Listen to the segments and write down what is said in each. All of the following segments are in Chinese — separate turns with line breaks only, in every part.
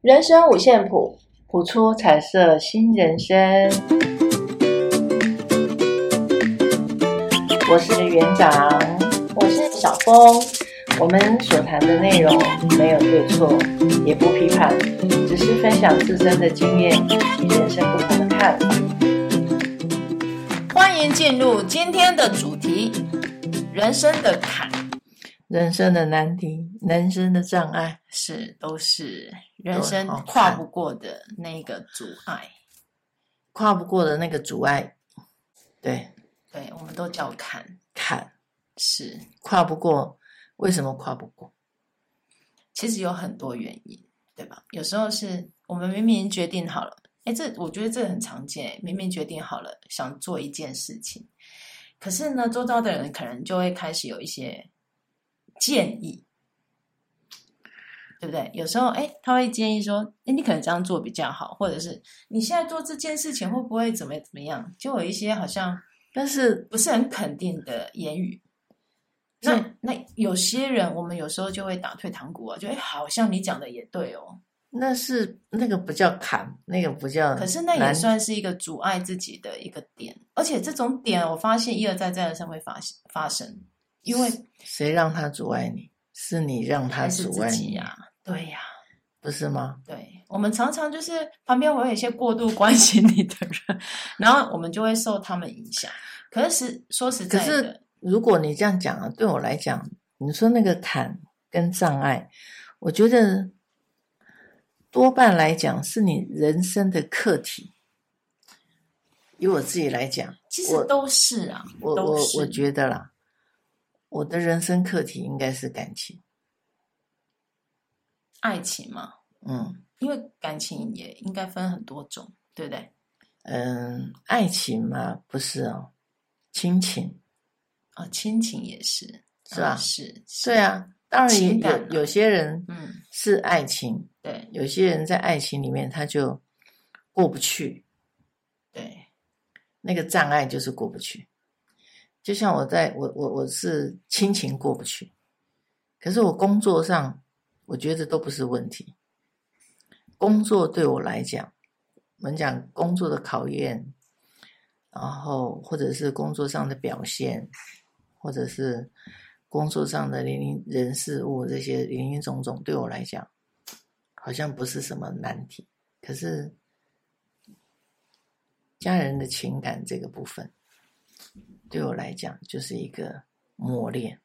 人生五线谱，谱出彩色新人生。我是园长，我是小峰。我们所谈的内容没有对错，也不批判，只是分享自身的经验与人生不同的看法。
欢迎进入今天的主题：人生的坎
人生的难题，人生的障碍，
是都是人
都
生
好看
跨不过的那个阻碍。
跨不过的那个阻碍，对，
对，我们都叫坎。
坎
是，
跨不过，为什么跨不过？
其实有很多原因，对吧？有时候是我们明明决定好了，哎，这我觉得这很常见诶，明明决定好了想做一件事情，可是呢，周遭的人可能就会开始有一些建议，对不对？有时候，哎，他会建议说，哎，你可能这样做比较好，或者是你现在做这件事情会不会怎么怎么样？就有一些好像
但是
不是很肯定的言语。
是
那那有些人，我们有时候就会打退堂鼓啊，就哎，好像你讲的也对哦，
那是那个不叫坎，那个不叫，
可是那也
嗯难
算是一个阻碍自己的一个点，而且这种点我发现一而再再而三会发现发生，因为
谁让他阻碍你？是你让他
还是
阻
自
碍
己
你，
呀、对呀、
不是吗？
对，我们常常就是旁边会有一些过度关心你的人，然后我们就会受他们影响。可是实说实
可
在的
是，如果你这样讲啊，对我来讲，你说那个坎跟障碍，我觉得多半来讲是你人生的课题。以我自己来讲，
其
我
实都是啊，
我
都
我
是
我觉得啦，我的人生课题应该是感情。
爱情嘛，
嗯
因为感情也应该分很多种，对不对？
嗯，爱情嘛，不是哦，亲情
啊、亲情也是，
是吧
嗯是，是
对，啊，当然也
情感啊
有有些人
嗯，
是爱情，
对
有些人在爱情里面他就过不去，
对，
那个障碍就是过不去。就像我在我我我是亲情过不去，可是我工作上我觉得都不是问题。工作对我来讲，我们讲工作的考验，然后或者是工作上的表现，或者是工作上的零零人事物这些零零总总，对我来讲好像不是什么难题。可是家人的情感这个部分，对我来讲就是一个磨练，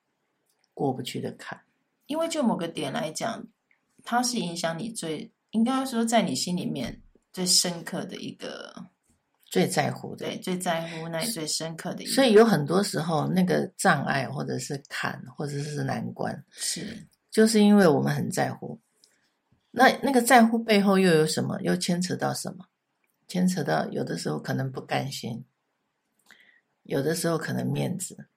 过不去的坎。
因为就某个点来讲，它是影响你最，应该说在你心里面最深刻的一个，
最在乎的，
对，最在乎，那你最深刻的一个，
所以有很多时候那个障碍或者是坎或者是难关，
是
就是因为我们很在乎。那那个在乎背后又有什么？又牵扯到什么？牵扯到有的时候可能不甘心，有的时候可能面子，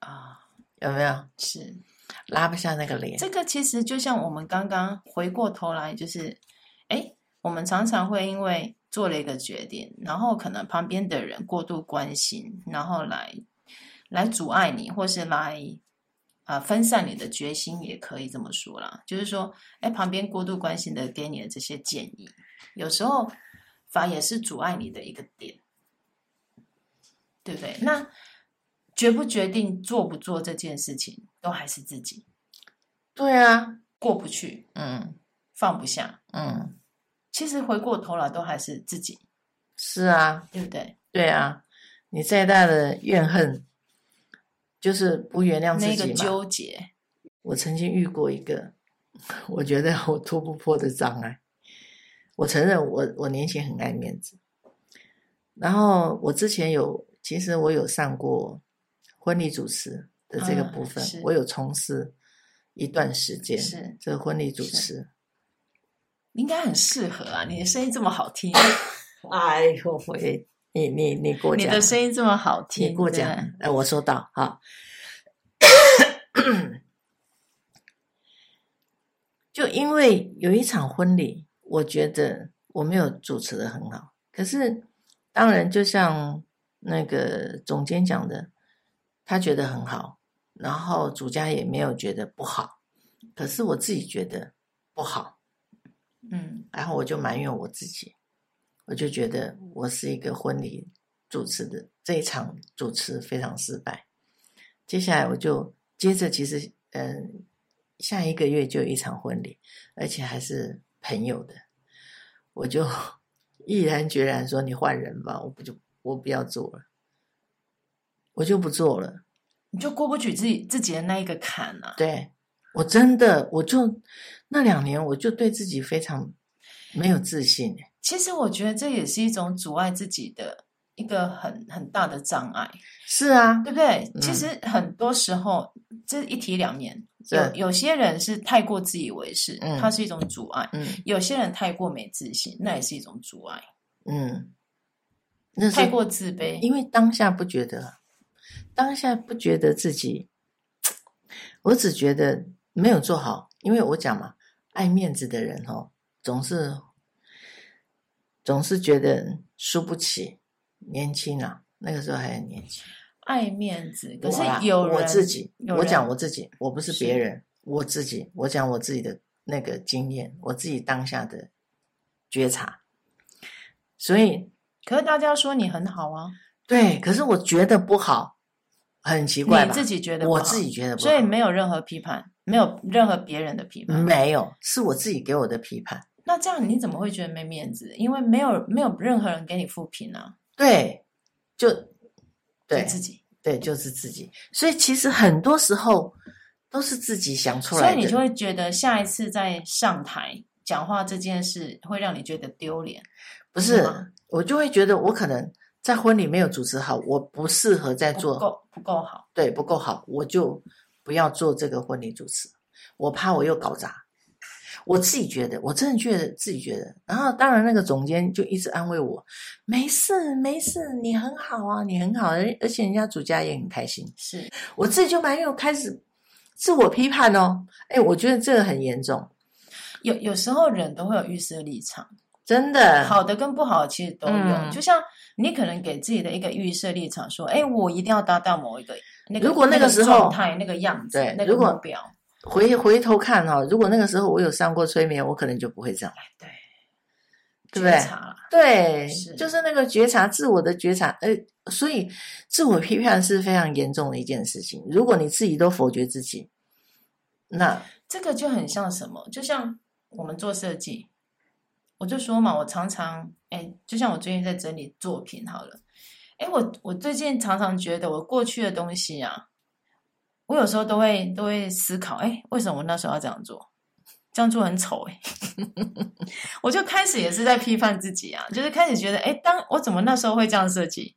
啊，
有没有
是
拉不下那个脸？
这个其实就像我们刚刚回过头来，就是，哎，我们常常会因为做了一个决定，然后可能旁边的人过度关心，然后来来阻碍你，或是来啊、分散你的决心，也可以这么说啦。就是说，哎，旁边过度关心的给你的这些建议，有时候反而也是阻碍你的一个点，对不对？那决不决定做不做这件事情，都还是自己。
对啊，
过不去、
嗯
放不下，
嗯，
其实回过头来都还是自己，
是啊，
对不对？
对啊，你再大的怨恨，就是不原谅自
那
己
个
嘛。
纠结，
我曾经遇过一个， 我觉得我突不破的障碍。我承认我我年前很爱面子，然后我之前有，其实我有上过婚礼主持的这个
啊
部分，
是
我有从事一段时间，
是
这个婚礼主
是
持。
你应该很适合啊！你的声音这么好听，
哎呦喂，你你你给我
你
讲，
的声音这么好听，
你给我
对
讲，哎，我收到哈。就因为有一场婚礼，我觉得我没有主持的很好。可是，当然，就像那个总监讲的，他觉得很好，然后主家也没有觉得不好。可是我自己觉得不好，
嗯
然后我就埋怨我自己，我就觉得我是一个婚礼主持的这一场主持非常失败。接下来我就接着，其实嗯，下一个月就有一场婚礼，而且还是朋友的，我就 毅然决然说：“你换人吧，我不就我不要做了，我就不做了。”
你就过不去自己自己的那一个坎啊。
对我真的，我就那两年，我就对自己非常没有自信。
其实我觉得这也是一种阻碍自己的一个很很大的障碍，
是啊，
对不对？
嗯
其实很多时候这一提两面，有
对
有些人是太过自以为是，
嗯
它是一种阻碍；
嗯
有些人太过没自信，那也是一种阻碍；
嗯，那嗯是
太过自卑，
因为当下不觉得，当下不觉得自己，我只觉得没有做好。因为我讲嘛，爱面子的人哦，总是总是觉得输不起。年轻啊，那个时候还很年轻。
爱面子。可是
我啦
有人
我自己，
有
我
人
讲我自己，我不是别
是
人，我自己，我讲我自己的那个经验，我自己当下的觉察。所以，
可是大家说你很好啊，
对，可是我觉得不好，很奇怪
你
吧？
自己觉得不
我
好
自己觉得不好，
所以没有任何批判，没有任何别人的批判。
没有，是我自己给我的批判。
那这样你怎么会觉得没面子？因为没有没有任何人给你复评啊，
对，就
对
对
自己，
对，就是自己。所以其实很多时候都是自己想出
所
来
以你就
的。
会觉得下一次再上台讲话这件事会让你觉得丢脸。
不
是
是
吗，
我就会觉得我可能在婚礼没有主持好，我不适合再
不
做
够不够好，
对不够好，我就不要做这个婚礼主持，我怕我又搞砸。我自己觉得，我真的觉得自己觉得。然后，当然那个总监就一直安慰我：“没事，没事，你很好啊，你很好，而而且人家主家也很开心。
是”
我自己就埋怨，我开始自我批判哦。哎，我觉得这个很严重，
有有时候人都会有预设立场，
真的。
好的跟不好的其实都有。
嗯
就像你可能给自己的一个预设立场，说，哎，我一定要达到某一个那个
如果那
那
个时候
状态、那个样子、
对
那个
如果
目标，
回回头看哦，如果那个时候我有上过催眠，我可能就不会这样。
哎对
对不对
觉察啦
对，
是
就是那个觉察，自我的觉察，呃，所以自我批判是非常严重的一件事情。如果你自己都否决自己，那
这个就很像什么？就像我们做设计，我就说嘛，我常常哎，就像我最近在整理作品好了，哎，我我最近常常觉得我过去的东西啊，我有时候都会都会思考，哎，为什么我那时候要这样做？这样做很丑哎、 我就开始也是在批判自己啊，就是开始觉得，哎，当我怎么那时候会这样设计？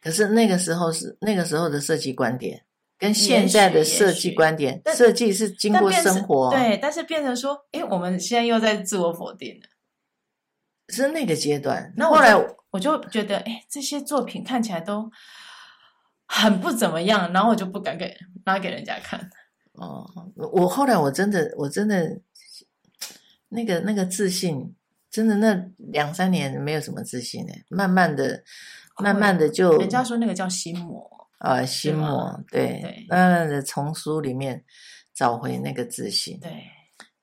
可是那个时候是那个时候的设计观点，跟现在的
也许
设
也
计
许
观点，
但
设计是经
但
过
变成
生活，，
对，但是变成说，哎，我们现在又在自我否定了。
是那个阶段。
那我
后来
就我就觉得，哎，这些作品看起来都很不怎么样，然后我就不敢给拿给人家看。
哦，我后来我真的我真的那个那个自信，真的那两三年没有什么自信呢，慢慢的。慢慢的就
人家说那个叫心魔，
呃，心
吗
魔，对，
对
慢慢的从书里面找回那个自信，
对，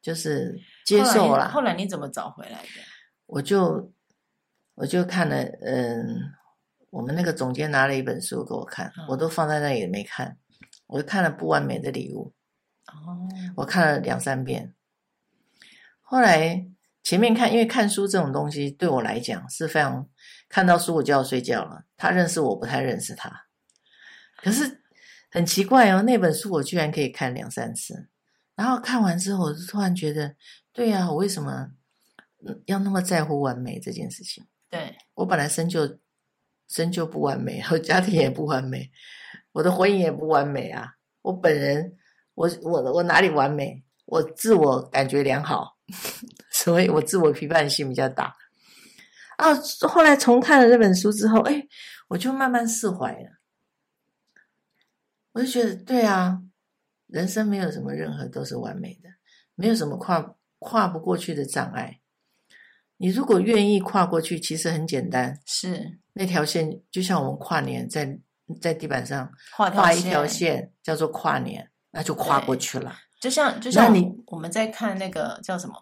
就是接受
后来
啦
你。后来你怎么找回来的？
我就我就看了，嗯，我们那个总监拿了一本书给我看，我
嗯
都放在那里没看，我就看了《不完美的礼物》，
哦，
我看了两三遍。后来前面看，因为看书这种东西对我来讲是非常，看到书我就要睡觉了。他认识我，不太认识他。可是很奇怪哦，那本书我居然可以看两三次，然后看完之后，我就突然觉得，对呀、我为什么嗯要那么在乎完美这件事情？
对，
我本来生就生就不完美， 我家庭也不完美，我的婚姻也不完美啊。我本人，我我我哪里完美？我自我感觉良好， 所以我自我批判性比较大。啊，后来重看了这本书之后，哎，我就慢慢释怀了。我就觉得，对啊，人生没有什么任何都是完美的，没有什么跨跨不过去的障碍。你如果愿意跨过去，其实很简单，
是
那条线就像我们跨年在在地板上
画
画一条，线，叫做跨年，那就跨过去了。
就像就
那
像
你
我们在看那个叫什么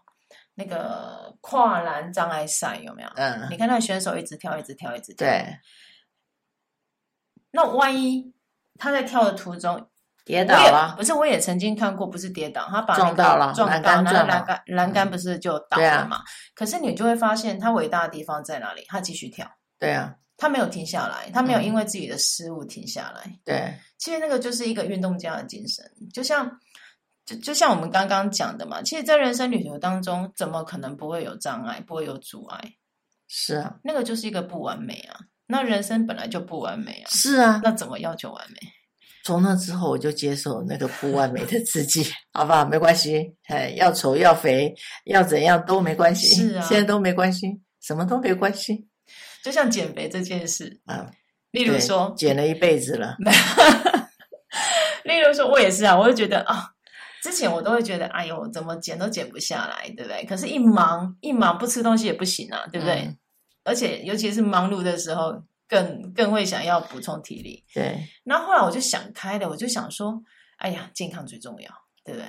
那个跨栏障碍赛有没有？
嗯，
你看那选手一直跳，一直跳，一直跳。
对，
那万一他在跳的途中
跌
我
倒
也
了，
不是，我也曾经看过，不是跌倒，他把那
撞
个
到了
撞
栏
到，
杆
然后
撞
啊栏
了
杆栏杆不是就倒
对啊
了嘛？可是你就会发现，他伟大的地方在哪里？他继续跳，
对啊，
他没有停下来，他没有
嗯
因为自己的失误停下来。
对，
其实那个就是一个运动家的精神，就像就就像我们刚刚讲的嘛，其实，在人生旅途当中，怎么可能不会有障碍，不会有阻碍？
是啊，
那个就是一个不完美啊。那人生本来就不完美啊，
是啊。
那怎么要求完美？
从那之后，我就接受那个不完美的自己， 好不好？没关系，哎，要丑要肥要怎样都没关系，
是啊
现在都没关系，什么都没关系
就像减肥这件事，
啊。
例
比
如说，
减了一辈子了，
例如说，我也是啊，我就觉得啊，之前我都会觉得，哎呦，怎么减都减不下来，对不对？可是，一忙一忙，不吃东西也不行啊，对不对？
嗯
而且，尤其是忙碌的时候，更更会想要补充体力。
对，
然后后来我就想开了，我就想说，哎呀，健康最重要，对不对？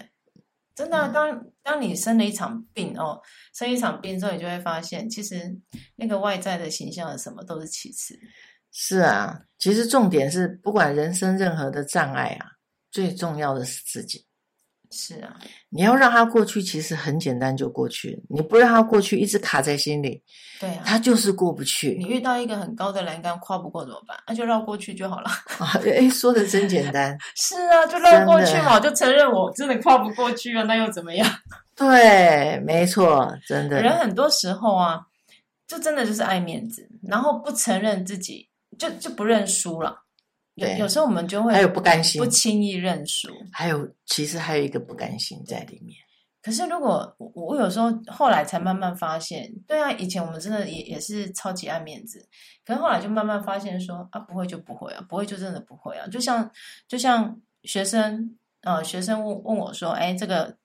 真的啊、
嗯
当当你生了一场病哦，生一场病之后，你就会发现，其实那个外在的形象什么都是其次。
是啊。其实重点是，不管人生任何的障碍啊，最重要的是自己。
是啊，
你要让它过去，其实很简单就过去了。你不让它过去，一直卡在心里，
对啊。
它就是过不去
你。遇到一个很高的栏杆跨不过怎么办？那、就绕过去就好了。
啊，哎，说的真简 单。
是啊，就绕过去嘛，我就承认我真的跨不过去啊，那又怎么样？
对，没错，真的。
人很多时候啊，就真的就是爱面子，然后不承认自己，就就不认输了。有
对
有时候我们就会
还有不甘心
不轻易认输。
还有，其实还有一个不甘心在里面。
可是如果我我有时候后来才慢慢发现，对啊，以前我们真的也也是超级爱面子，可是后来就慢慢发现说啊，不会就不会啊，不会就真的不会啊。就像就像学生呃，学生问问我说，哎，这个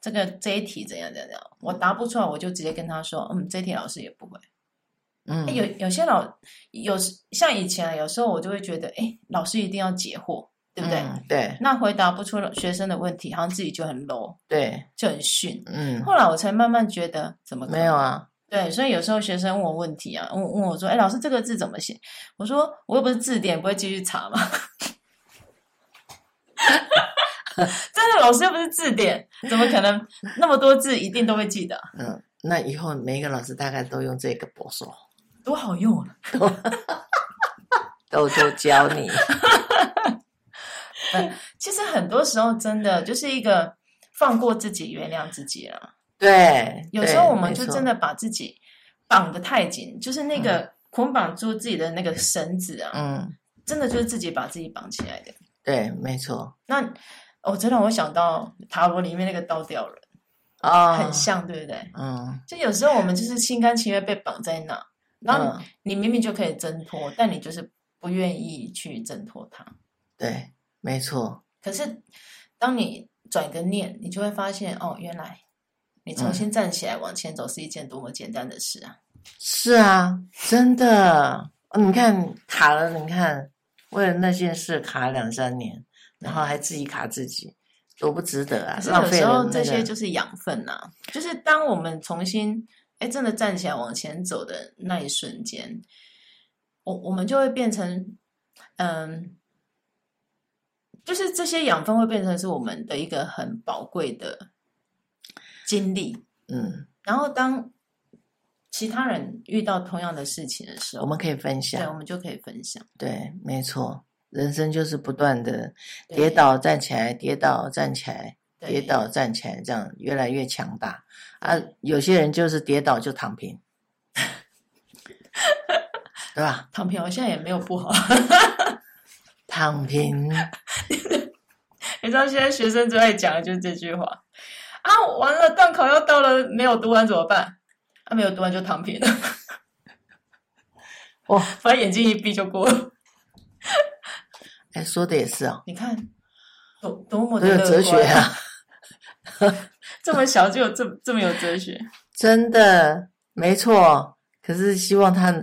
这个这一题怎样怎样怎样，我答不出来，我就直接跟他说，嗯，这一题老师也不会。
嗯，
哎有有些老有时像以前啊，有时候我就会觉得，哎，老师一定要解惑，对不对？
嗯对
那回答不出学生的问题，好像自己就很 low，
对，
就很逊。
嗯，
后来我才慢慢觉得，怎么可能
没有？啊，
对，所以有时候学生问我问题啊，问问我说：“哎，老师这个字怎么写？”我说：“我又不是字典，不会继续查嘛。” 真的，老师又不是字典，怎么可能那么多字一定都会记得？啊
嗯，那以后每一个老师大概都用这个博手，
多好用啊！
都都教你。
其实很多时候真的就是一个放过自己、原谅自己啦。
对，
有时候
对
我们就
没错
真的把自己绑得太紧，就是那个捆绑住自己的那个绳子啊，
嗯，
真的就是自己把自己绑起来的。
对，没错
那哦，这让我想到塔罗里面那个倒吊人，
啊，
很像，对不对？
嗯，
就有时候我们就是心甘情愿被绑在那，然后
嗯
你明明就可以挣脱，但你就是不愿意去挣脱它。
对，没错，
可是当你转个念，你就会发现，哦，原来你重新站起来往前走是一件多么简单的事啊！
是啊，真的。哦你看卡了，你看为了那件事卡了两三年，然后还自己卡自己，多不值得啊
可！是
浪
有
费
时
了
候
那
这些
个
就是养分呐、就是当我们重新哎真的站起来往前走的那一瞬间，我我们就会变成嗯，就是这些养分会变成是我们的一个很宝贵的经历。
嗯，
然后当其他人遇到同样的事情的时
我
候，
们可以分
对，
享
我。们就可以分享。
对，没错，人生就是不断的
对
跌倒站起来，跌倒站起来，
对
跌倒站起来，这样越来越强大啊！有些人就是跌倒就躺平， 对吧？
躺平好像也没有不好，
躺平，
你知道现在学生最爱讲的就是这句话啊！完了，段考要到了，没有读完怎么办？啊，没有读完就躺平了，
哇！
反正眼睛一闭就过了。
哎，说的也是哦，
你看，多多么
都
的
有
乐观
哲学啊，
这么小就有这这么有 哲学，
真的没错。可是希望他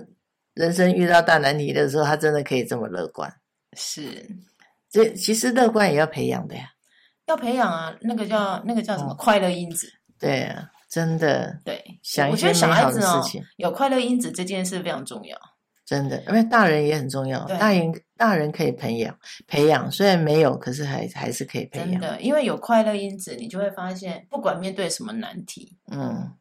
人生遇到大难题的时候，他真的可以这么乐观。
是
这其实乐观也要培养的呀，
要培养啊，那个叫那个叫什么、
嗯
快乐因子，
对啊，真的
对，
想一
我觉
些
得小
美好
孩
的
子
事
哦
情，，
有快乐因子这件事非常重要。
真的，因为大人也很重要，
对
大人大人可以培养培养，虽然没有，可是还还是可以培
真
养。
的，因为有快乐因子，你就会发现，不管面对什么难题，
嗯，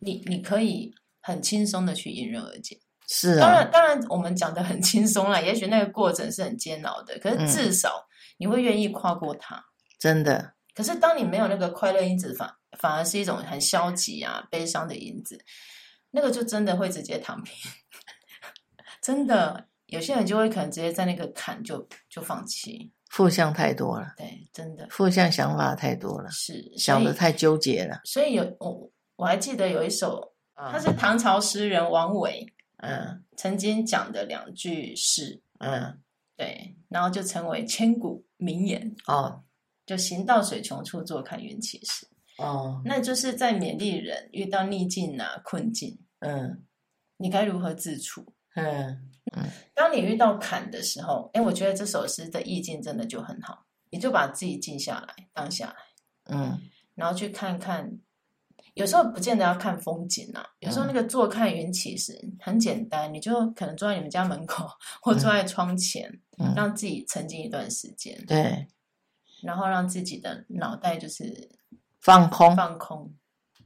你你可以很轻松的去迎刃而解。
是
当
啊
然，，当然，我们讲的很轻松啦，也许那个过程是很煎熬的，可
嗯
是至少你会愿意跨过它。
真的，
可是当你没有那个快乐因子，反反而是一种很消极啊、悲伤的因子，那个就真的会直接躺平。 真的，有些人就会可能直接在那个坎就就放弃。
负向太多了，
对，真的
负向想法太多了，
是
想的
的。
太纠结了。啊
所以有我我还记得有一首，他
他
是唐朝诗人王维
嗯
曾经讲的两句诗，
嗯
对，然后就成为千古名言，
哦
就“行到水穷处，坐看云起时”。
哦
那就是在勉励人遇到逆境啊、困境，
嗯
你该如何自处？
嗯
当你遇到坎的时候，哎，我觉得这首诗的意境真的就很好，你就把自己静下来，当下来，
嗯
然后去看看。有时候不见得要看风景啊，有
嗯
时候那个坐看云起时很简单，你就可能坐在你们家门口或坐在窗前，
嗯，
让自己沉浸一段时间，
对，
然后让自己的脑袋就是
放空，
放空，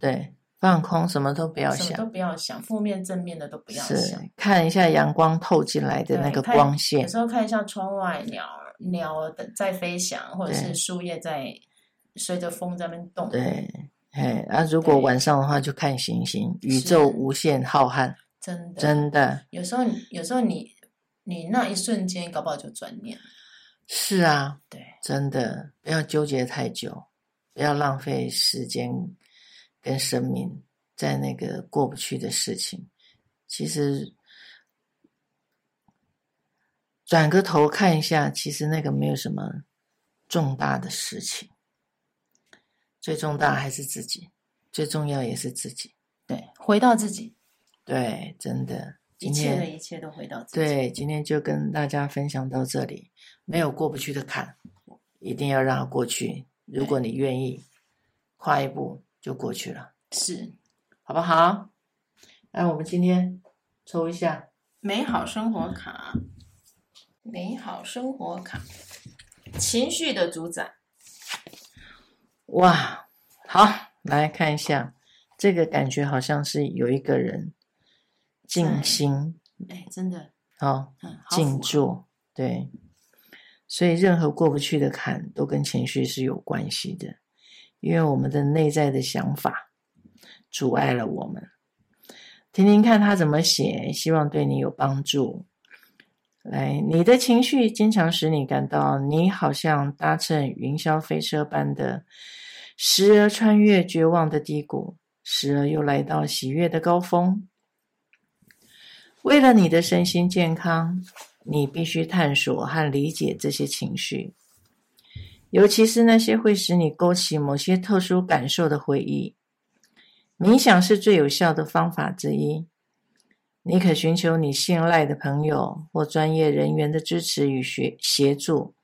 对，放空，什么都不要
什么
想
都，不要想，负面正面的都不要想。
是看一下阳光透进来的那
对
个
看
光
有
线，
时候看一下窗外鸟儿鸟儿的在飞翔，或者
对
是树叶在随着风在那边动。
对。哎，啊，如果
对
晚上的话，就看星星，宇
是
宙无限浩瀚，
真的，
真的
有时候你有时候你你那一瞬间搞不好就转念了。
是啊，
对，
真的不要纠结太久，不要浪费时间跟生命在那个过不去的事情。其实转个头看一下，其实那个没有什么重大的事情，最重大还是自己，最重要也是自己。
对，回到自己，
对，真的，
一
今
切的
天
一切都回到自己。，
对今天就跟大家分享到这里，没
嗯
有过不去的坎，一定要让它过去。如果你愿意，跨一步就过去了，
是
好不好？那我们今天抽一下，
美好生活卡，美好生活卡，情绪的主宰。
哇，好，来看一下，这个感觉好像是有一个人静
在
心，
哎，真的，
哦，
嗯，好符
静
合
坐，对。所以，任何过不去的坎都跟情绪是有关系的，因为我们的内在的想法阻碍了我们。听听看他怎么写，希望对你有帮助。来，你的情绪经常使你感到你好像搭乘云霄飞车般的，时而穿越绝望的低谷，时而又来到喜悦的高峰。为了你的身心健康，你必须探索和理解这些情绪，尤其是那些会使你勾起某些特殊感受的回忆。冥想是最有效的方法之一。你可寻求你信赖的朋友或专业人员的支持与学协助，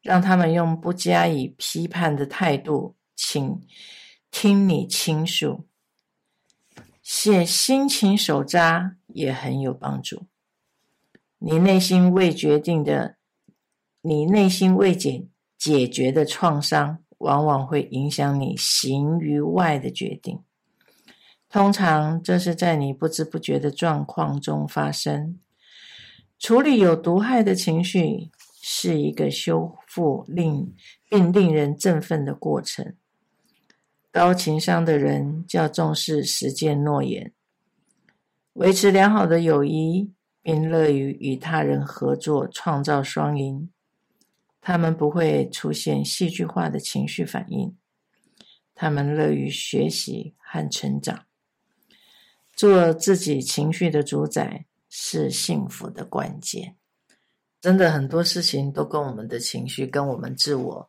让他们用不加以批判的态度，请听你倾诉。写心情手札也很有帮助。你内心未决定的，你内心未解解决的创伤，往往会影响你行于外的决定。通常这是在你不知不觉的状况中发生。处理有毒害的情绪是一个修复令并令人振奋的过程。高情商的人较重视实践诺言，维持良好的友谊，并乐于与他人合作，创造双赢。他们不会出现戏剧化的情绪反应，他们乐于学习和成长。做自己情绪的主宰是幸福的关键。真的很多事情都跟我们的情绪、跟我们自我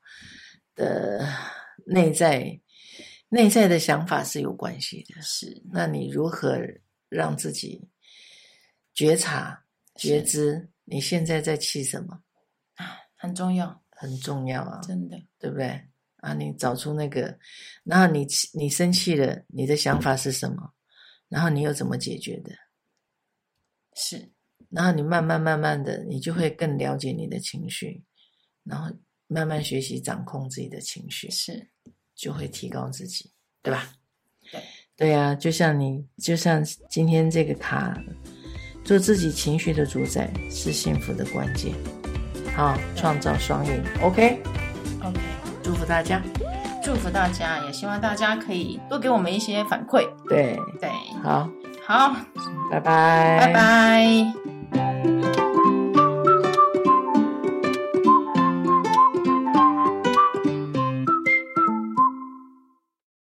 的内在、内在的想法是有关系的。
是
那你如何让自己觉察、
是
觉知你现在在气什么，
很重要，
很重要啊，
真的。
对不对？啊，你找出那个，然后你气你生气了，你的想法是什么？然后你又怎么解决的？
是
然后你慢慢慢慢的，你就会更了解你的情绪，然后慢慢学习掌控自己的情绪，
是，
就会提高自己，对吧？
对
对呀、就像你，就像今天这个卡，做自己情绪的主宰是幸福的关键。好，创造双赢，OK，
，OK，
祝福大家。
祝福大家，也希望大家可以多给我们一些反馈。
对，
对，
好，
好，
拜拜，
拜拜